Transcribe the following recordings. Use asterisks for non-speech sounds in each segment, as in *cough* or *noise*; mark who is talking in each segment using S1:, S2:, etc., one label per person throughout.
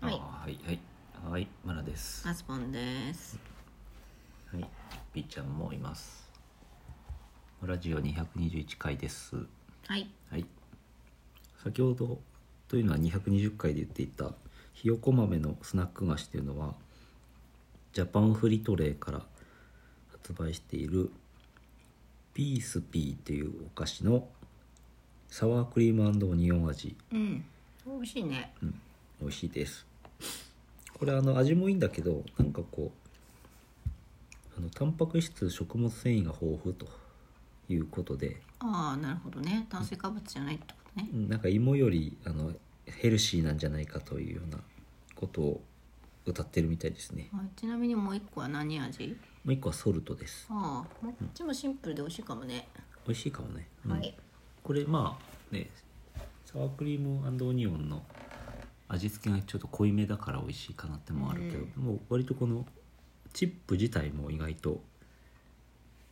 S1: はいはいはいマナですは
S2: アスポンです。
S1: いピーちゃんもいますラジオ221回です
S2: はい。
S1: はい先ほどというのは220回で言っていたひよこ豆のスナック菓子というのはジャパンフリトレーから発売しているピースピーというお菓子のサワークリームオニオン味
S2: うん。美味しいね。
S1: 美味しいですこれあの味もいいんだけどなんかこうあのタンパク質食物繊維が豊富ということで
S2: ああ、なるほどね。炭水化物じゃないってことね。
S1: うんなんか芋よりあのヘルシーなんじゃないかというようなことを歌ってるみたいですね
S2: あちなみにもう一個は何味？
S1: もう一個はソルトです
S2: ああ、こっちもシンプルで美味しいかもね。
S1: 美味しいかもね、うん
S2: はい。
S1: これまあねサワークリームオニオンの味付けがちょっと濃いめだから美味しいかなってもあるけど、もう割とこのチップ自体も意外と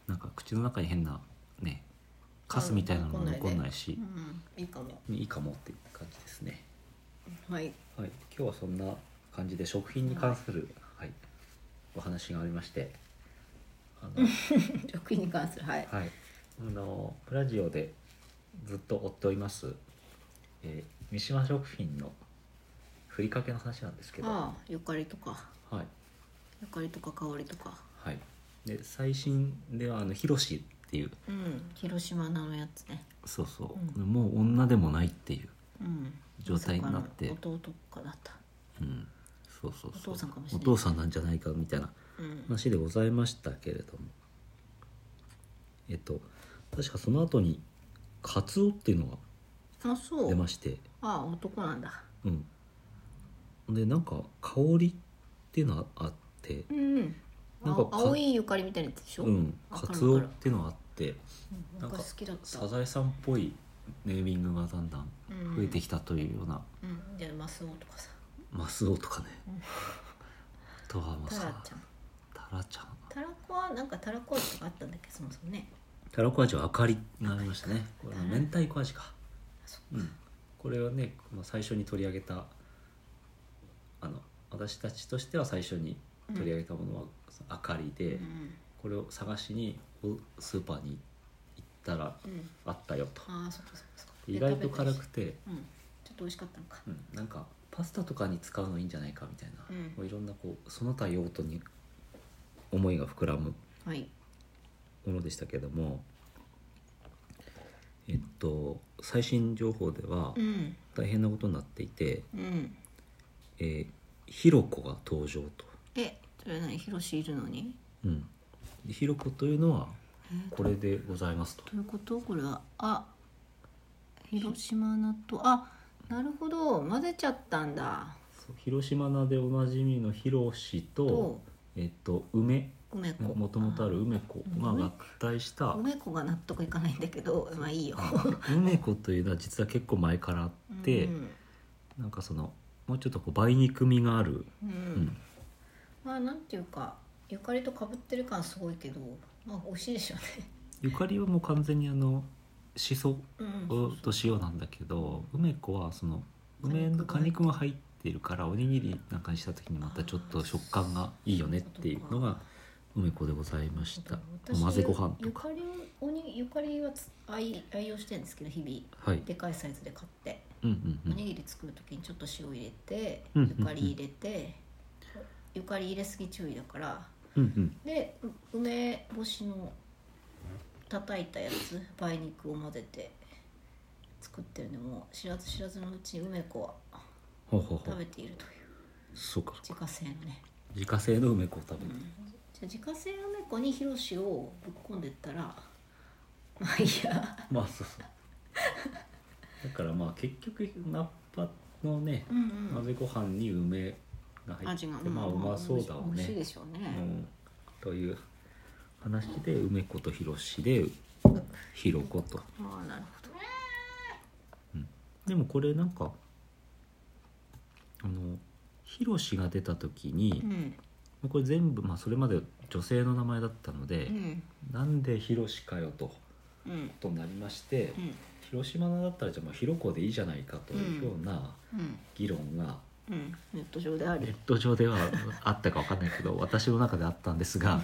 S1: なんか口の中に変なねカスみたいなのも残んないし
S2: う、ん、いいかも。
S1: いいかもっていう感じですね、
S2: はい。 *laughs*
S1: はい、今日はそんな感じで食品に関する、はいお話がありましてあの
S2: 食品に関するはい。
S1: はい、あのプラジオでずっと追っております、えー三島食品のふりかけの話なんですけど、は
S2: ああ、ゆかりとか、
S1: い
S2: ゆかりとか香りとか。
S1: はい、で最新ではあのヒロシっていう
S2: うん。広島菜のやつね。
S1: そうそう
S2: う、
S1: もう女でもないっていう、
S2: うん。
S1: 状態になって
S2: まさかの弟かだった。
S1: うん、そうそうそう
S2: お父さんかもしれない
S1: お父さんなんじゃないかみたいな
S2: うん。
S1: 話でございましたけれどもえっと確かその後にカツオっていうのが
S2: あ、そ
S1: 出
S2: う
S1: ま。して
S2: ああ、男なんだ。
S1: うん、でなんか香りっていうのがあって、
S2: うん。
S1: なんか
S2: あ青いゆかりみたいなやつでしょ。
S1: うん、
S2: わ
S1: カ
S2: かる
S1: ツオっていうのがあって
S2: うん
S1: な
S2: なん
S1: ん
S2: か
S1: か
S2: 好きだった。
S1: サザエさんっぽいネーミングがだんだん増えてきたというような、
S2: うん、じゃあマスオとかさ
S1: マスオとかね、
S2: うん
S1: あとはまあ
S2: タラ
S1: さ
S2: ちゃん
S1: タラちゃん
S2: タラコはなんかタラコ味とかあったんだっけそもそもね
S1: タラコ味は明かりがありましたねこれは明太子味か、
S2: そ
S1: うん、これはね、まあ、最初に取り上げたあの私たちとしては最初に取り上げたものはその明かりで、
S2: うん、
S1: これを探しにスーパーに行ったら
S2: うん、
S1: あったよと
S2: ああそっかそっかそっか
S1: 意外と
S2: で食べ
S1: 辛
S2: たし
S1: くて、
S2: うんちょっと美味しかったのか
S1: うん、なんかパスタとかに使うのいいんじゃないかみたいな、
S2: うん
S1: もういろんなこうその他用途に思いが膨らむ
S2: はい
S1: ものでしたけれどもえっと最新情報では
S2: うん
S1: 大変なことになっていて、
S2: うん
S1: えー、ひろこが登場と、
S2: えそれは何ヒロシいるのに
S1: うん、でひろこというのは
S2: えー
S1: これでございますと
S2: どういうことこれはあ広島菜とあなるほど混ぜちゃったんだ
S1: そう広島菜でおなじみのひろしと
S2: と
S1: えっと梅
S2: 梅子
S1: もともとある梅子が合体した
S2: 梅子が納得いかないんだけどまあいいよ
S1: 梅子というのは実は結構前からあって、
S2: うん
S1: なんかそのもうちょっとこう梅肉味がある、
S2: うん
S1: うん
S2: まあなんていうかゆかりとかぶってる感すごいけどまあ美味しいでしょうね
S1: ゆかりはもう完全にあのしそ
S2: うん
S1: と塩なんだけど梅子はその梅の果
S2: 果
S1: 肉
S2: 肉
S1: が入ってるからおにぎりなんかにした時にまたちょっと食感がいいよねっていうのが梅子でございました
S2: 私
S1: 混ぜご飯と
S2: ゆ
S1: か
S2: かりをおにゆかりはつ愛愛用してるんですけど日々
S1: はい
S2: でかいサイズで買って、
S1: うんうんう
S2: お
S1: ん
S2: にぎり作る時にちょっと塩入れて、
S1: うんうんうん
S2: ゆかり入れてゆかり入れすぎ注意だから
S1: うんうん
S2: でう梅干しの叩いたやつ梅肉を混ぜて作ってるのも知らず知らずのうちに梅子は
S1: ほうほうほ
S2: 食
S1: う
S2: べているという
S1: そうか
S2: 自家製のね、
S1: 自家製の梅子を食べ
S2: うん
S1: る、
S2: じゃあ自家製の猫にヒロシをぶっこんでったらまあいいや
S1: まあそうそうだからまあ結局ナッパのね
S2: うん
S1: 混ぜご飯に梅が入って
S2: 味
S1: て
S2: が
S1: まあうまそうだわ
S2: 美味しい
S1: ね、
S2: でしょう
S1: う
S2: ね、
S1: ん、という話で梅子とひろしでひろこと
S2: ああなるほど
S1: でもこれなんかあのひろしが出た時に
S2: うん
S1: これ全部、まあ、それまで女性の名前だったので
S2: う、ん
S1: なんでひろしかよと
S2: うん
S1: となりまして、
S2: うん
S1: 広島菜だったらじゃあまあひろこでいいじゃないかというような
S2: うん
S1: 議論が
S2: うん、ネット上であ
S1: ネッ
S2: り
S1: ト上ではあったか分かんない
S2: *laughs*
S1: けど私の中であったんですが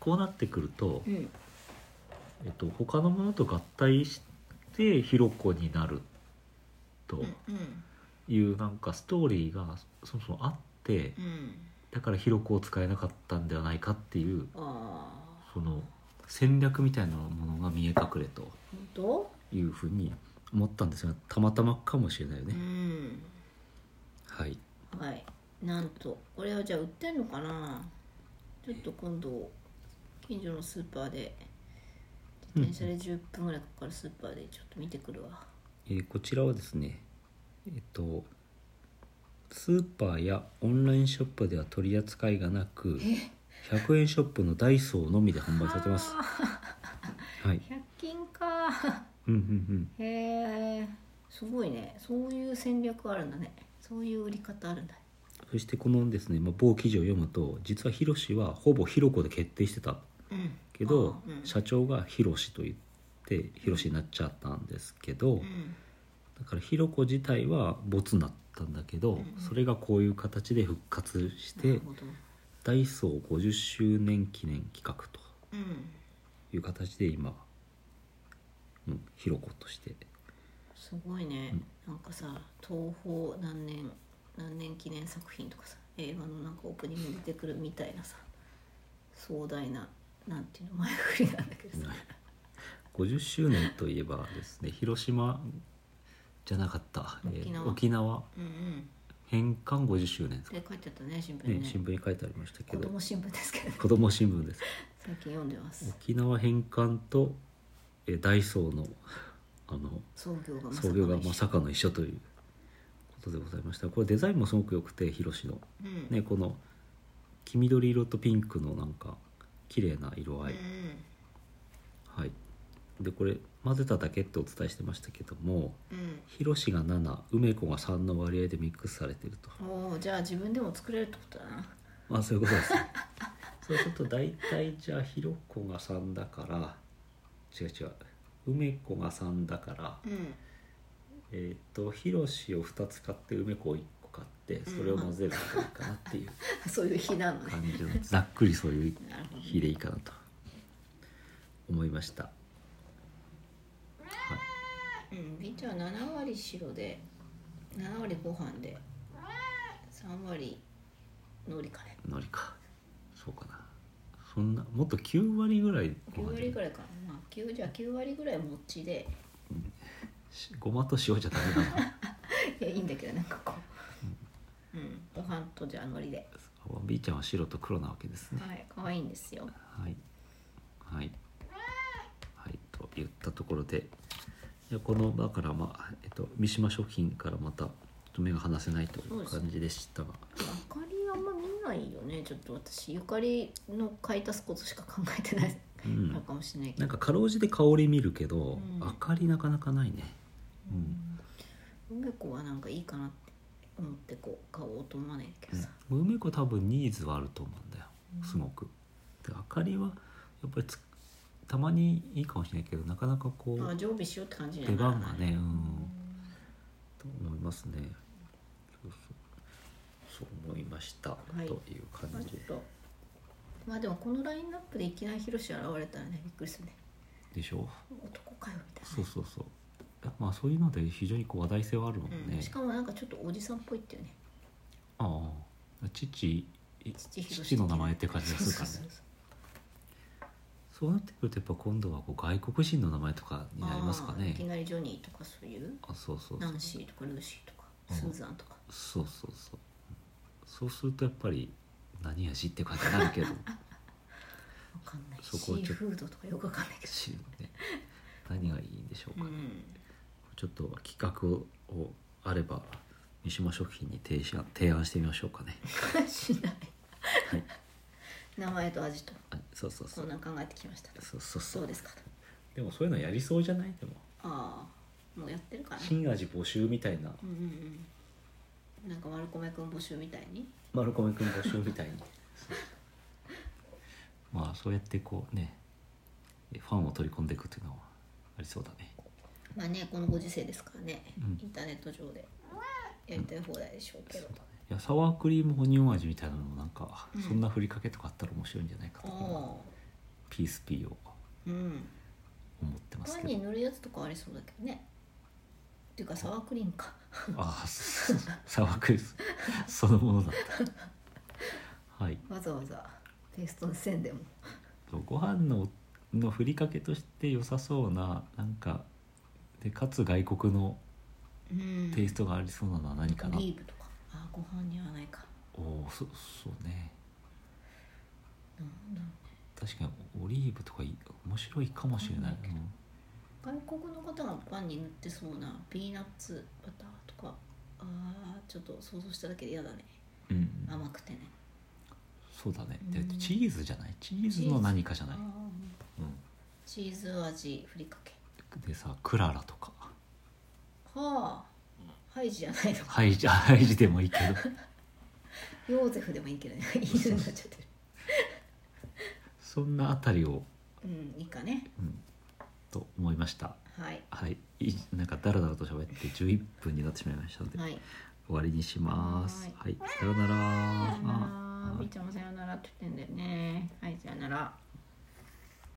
S1: こうなってくると
S2: う、ん
S1: えっと、他のものと合体してひろこになると
S2: うんうん
S1: いうなんかストーリーがそもそもあって
S2: うん
S1: だからひろこを使えなかったんではないかっていう
S2: ああ
S1: その戦略みたいなものが見え隠れと
S2: 本当
S1: いうふうに思ったんですがたまたまかもしれないよ
S2: う
S1: ね。
S2: ん
S1: はい
S2: はいなんとこれはじゃあ売ってんのかなちょっと今度近所のスーパーで
S1: うん
S2: 自転車で10分ぐらいかかるスーパーでちょっと見てくるわ
S1: えーこちらはですねえっとスーパーやオンラインショップでは取り扱いがなく100円ショップのダイソーのみで販売されてますはい
S2: 100均か
S1: うんうん
S2: へえすごいねそういう戦略あるんだねそういう売り方あるんだね
S1: うんそしてこのですね、まあ、某記事を読むと実はヒロシはほぼヒロコで決定してた
S2: うん
S1: けど
S2: あ、うん
S1: 社長がヒロシと言ってヒロシになっちゃったんですけど、
S2: うん
S1: だからヒロコ自体はボツになったんだけど、
S2: ん
S1: それがこういう形で復活し
S2: な
S1: て、
S2: るほど
S1: ダイソー50周年記念企画と
S2: うん
S1: いう形で今、うん、ひろことして
S2: すごいね、なんかさ東宝何年何年記念作品とかさ映画のなんかオープニングに出てくるみたいなさ壮大ななんていうの前振りなんだけどさ、
S1: 50周年といえばですね広島じゃなかった、えー
S2: 沖縄
S1: 沖縄
S2: うん、うん
S1: 返還50周年です
S2: で書いてあったね新聞
S1: ね
S2: にね
S1: 新聞に書いてありましたけ
S2: 子
S1: ど
S2: 供新聞ですけ
S1: *laughs*
S2: ど
S1: 子供新聞です
S2: 最近読んでます
S1: 沖縄返還と、えーダイソーのあの
S2: 創業がまさか
S1: 創業がまさかの一緒ということでございましたこれデザインもすごく良くて広島の
S2: うん、
S1: ね、この黄緑色とピンクのなんか綺麗な色合い、はいでこれ混ぜただけってお伝えしてましたけども
S2: うん
S1: ヒロシが7梅子が3の割合でミックスされてると
S2: うんおーじゃあ自分でも作れるってことだな
S1: まあそういうことですそうすると大体じゃあひろこが3だから違う違う梅子が3だから
S2: うん
S1: えーっとひろしを2つ買って梅子を1個買ってそれを混ぜるといいかなっていう
S2: *laughs* そういう日なのね
S1: 感じのざっくりそういう
S2: なるほど
S1: 比でいいかなと思いました、は
S2: うん、ビーチは7割白で7割ご飯で3割海苔かね
S1: い、のりかそうかなそんなもっと9割ぐらいご
S2: 9
S1: 飯
S2: 割
S1: で
S2: ぐらいかな、まあ、9じゃあ9割ぐらい餅で
S1: しごまと塩じゃダメなの
S2: いやいいんだけどなんかこう、うん、ご飯とじゃあ海苔で
S1: そう B ちゃんは白と黒なわけですね
S2: はい可愛いんですよ
S1: はいはいはいと言ったところでいやこのだからまあ、えっと、三島食品からまたちょっと目が離せないという感じでしたが
S2: ゆかりあんま見ないよねちょっと私ゆかりの買い足すことしか考えてない
S1: うん
S2: のかもしれないけ
S1: な
S2: ど
S1: んかかろうじて香り見るけど、
S2: うん
S1: 明かりなかなかないねうん
S2: 梅子はなんかいいかなって思ってこう買おうと思わないけどさ、
S1: うん、梅子多分ニーズはあると思うんだよすごく。で明かりはやっぱりつたまにいいかもしれないけどなかなかこ
S2: まあ
S1: う
S2: 常備しようって感じには
S1: 出
S2: なら
S1: 番
S2: ない
S1: がねうんと思いますね。そうそうそう思いました、
S2: い
S1: という感
S2: まあ
S1: じ
S2: ちょっ
S1: で
S2: とまあでもこのラインナップでいきなりヒロシ現れたらねびっくりするね
S1: でしょ
S2: 男かよみたいな
S1: そうそうそう。やまあそういうので非常にこう話題性はあるもん
S2: う
S1: ね。
S2: ん、しかもなんかちょっとおじさんっぽいっていうね
S1: ああ父い
S2: 父ヒロ
S1: 父
S2: シ
S1: の名前って感じがするからね
S2: そう。そうそう
S1: そうなってくるとやっぱ今度はこう外国人の名前とかになりますか
S2: あーいき
S1: ね。
S2: なりジョニーとかそういう
S1: あそうそうそ
S2: ナ
S1: う
S2: ンシーとかルーシーとか
S1: うん
S2: スーザンとか、
S1: そうそうそうそうするとやっぱり何味って感じになるけど
S2: わかんないシ
S1: そこはちょっと
S2: ーフードとかよくわかんないけど
S1: しね何がいいんでしょう
S2: う
S1: か、
S2: ん
S1: ちょっと企画をあれば三島食品に提案提案してみましょうかね
S2: しない
S1: はい
S2: 名前と味と
S1: あそうそうそ
S2: そ
S1: うん
S2: なん考えてきましたと
S1: そうそうそ
S2: そううですかと
S1: でもそういうのやりそうじゃないでも
S2: ああもうやってるかな
S1: 新味募集みたいな
S2: うんうんうんなんか丸米くん募集みたいに
S1: 丸米くん募集みたいにまあそうやってこうねファンを取り込んでいくっていうのはありそうだね
S2: まあねこのご時世ですからね、
S1: うん
S2: インターネット上でやりたい放題でしょうけど、
S1: いやサワークリーム哺乳味みたいなのもなんか、
S2: うん
S1: そんなふりかけとかあったら面白いんじゃないかとか
S2: あ
S1: ピースピーを
S2: あうん
S1: 思ってます
S2: パン
S1: け
S2: に
S1: ど
S2: 塗るやつとかありそうだけどねっていうかサワークリームか *laughs*
S1: ああそうそうサワー *laughs* クリームそのものだったはい
S2: わざわざペーストのせんでも
S1: ご飯ののふりかけとして良さそうななんかでかつ外国の
S2: うん
S1: テイストがありそうなのは何かな、
S2: オリーブとかあご飯にはないか
S1: おおそそうね
S2: なんだろ
S1: 確かにオリーブとかい面白いかもしれない、うん
S2: う外国の方がパンに塗ってそうなピーナッツバターとかあーちょっと想像しただけで嫌だね
S1: うん、
S2: 甘くてね
S1: そうだね
S2: うん
S1: でチーズじゃないチーズの何かじゃ
S2: あ
S1: ない、
S2: ー
S1: う
S2: チーズ味ふりかけ
S1: ん、でさクララとか
S2: はあハイジじゃないの
S1: ハイジ *laughs* ハイジでもいいけど *laughs*
S2: ヨーゼフでもいいけどね犬になっちゃってる
S1: そんなあたりを、
S2: うんいいかね
S1: うん、と思いました
S2: はい
S1: はいいなんかダラダラと喋って11分になってしまいましたので、
S2: はい
S1: 終わりにします
S2: は
S1: はい、さようなら
S2: さよなら
S1: あ
S2: みーちゃんもさよならって言ってんだよねはいさよなら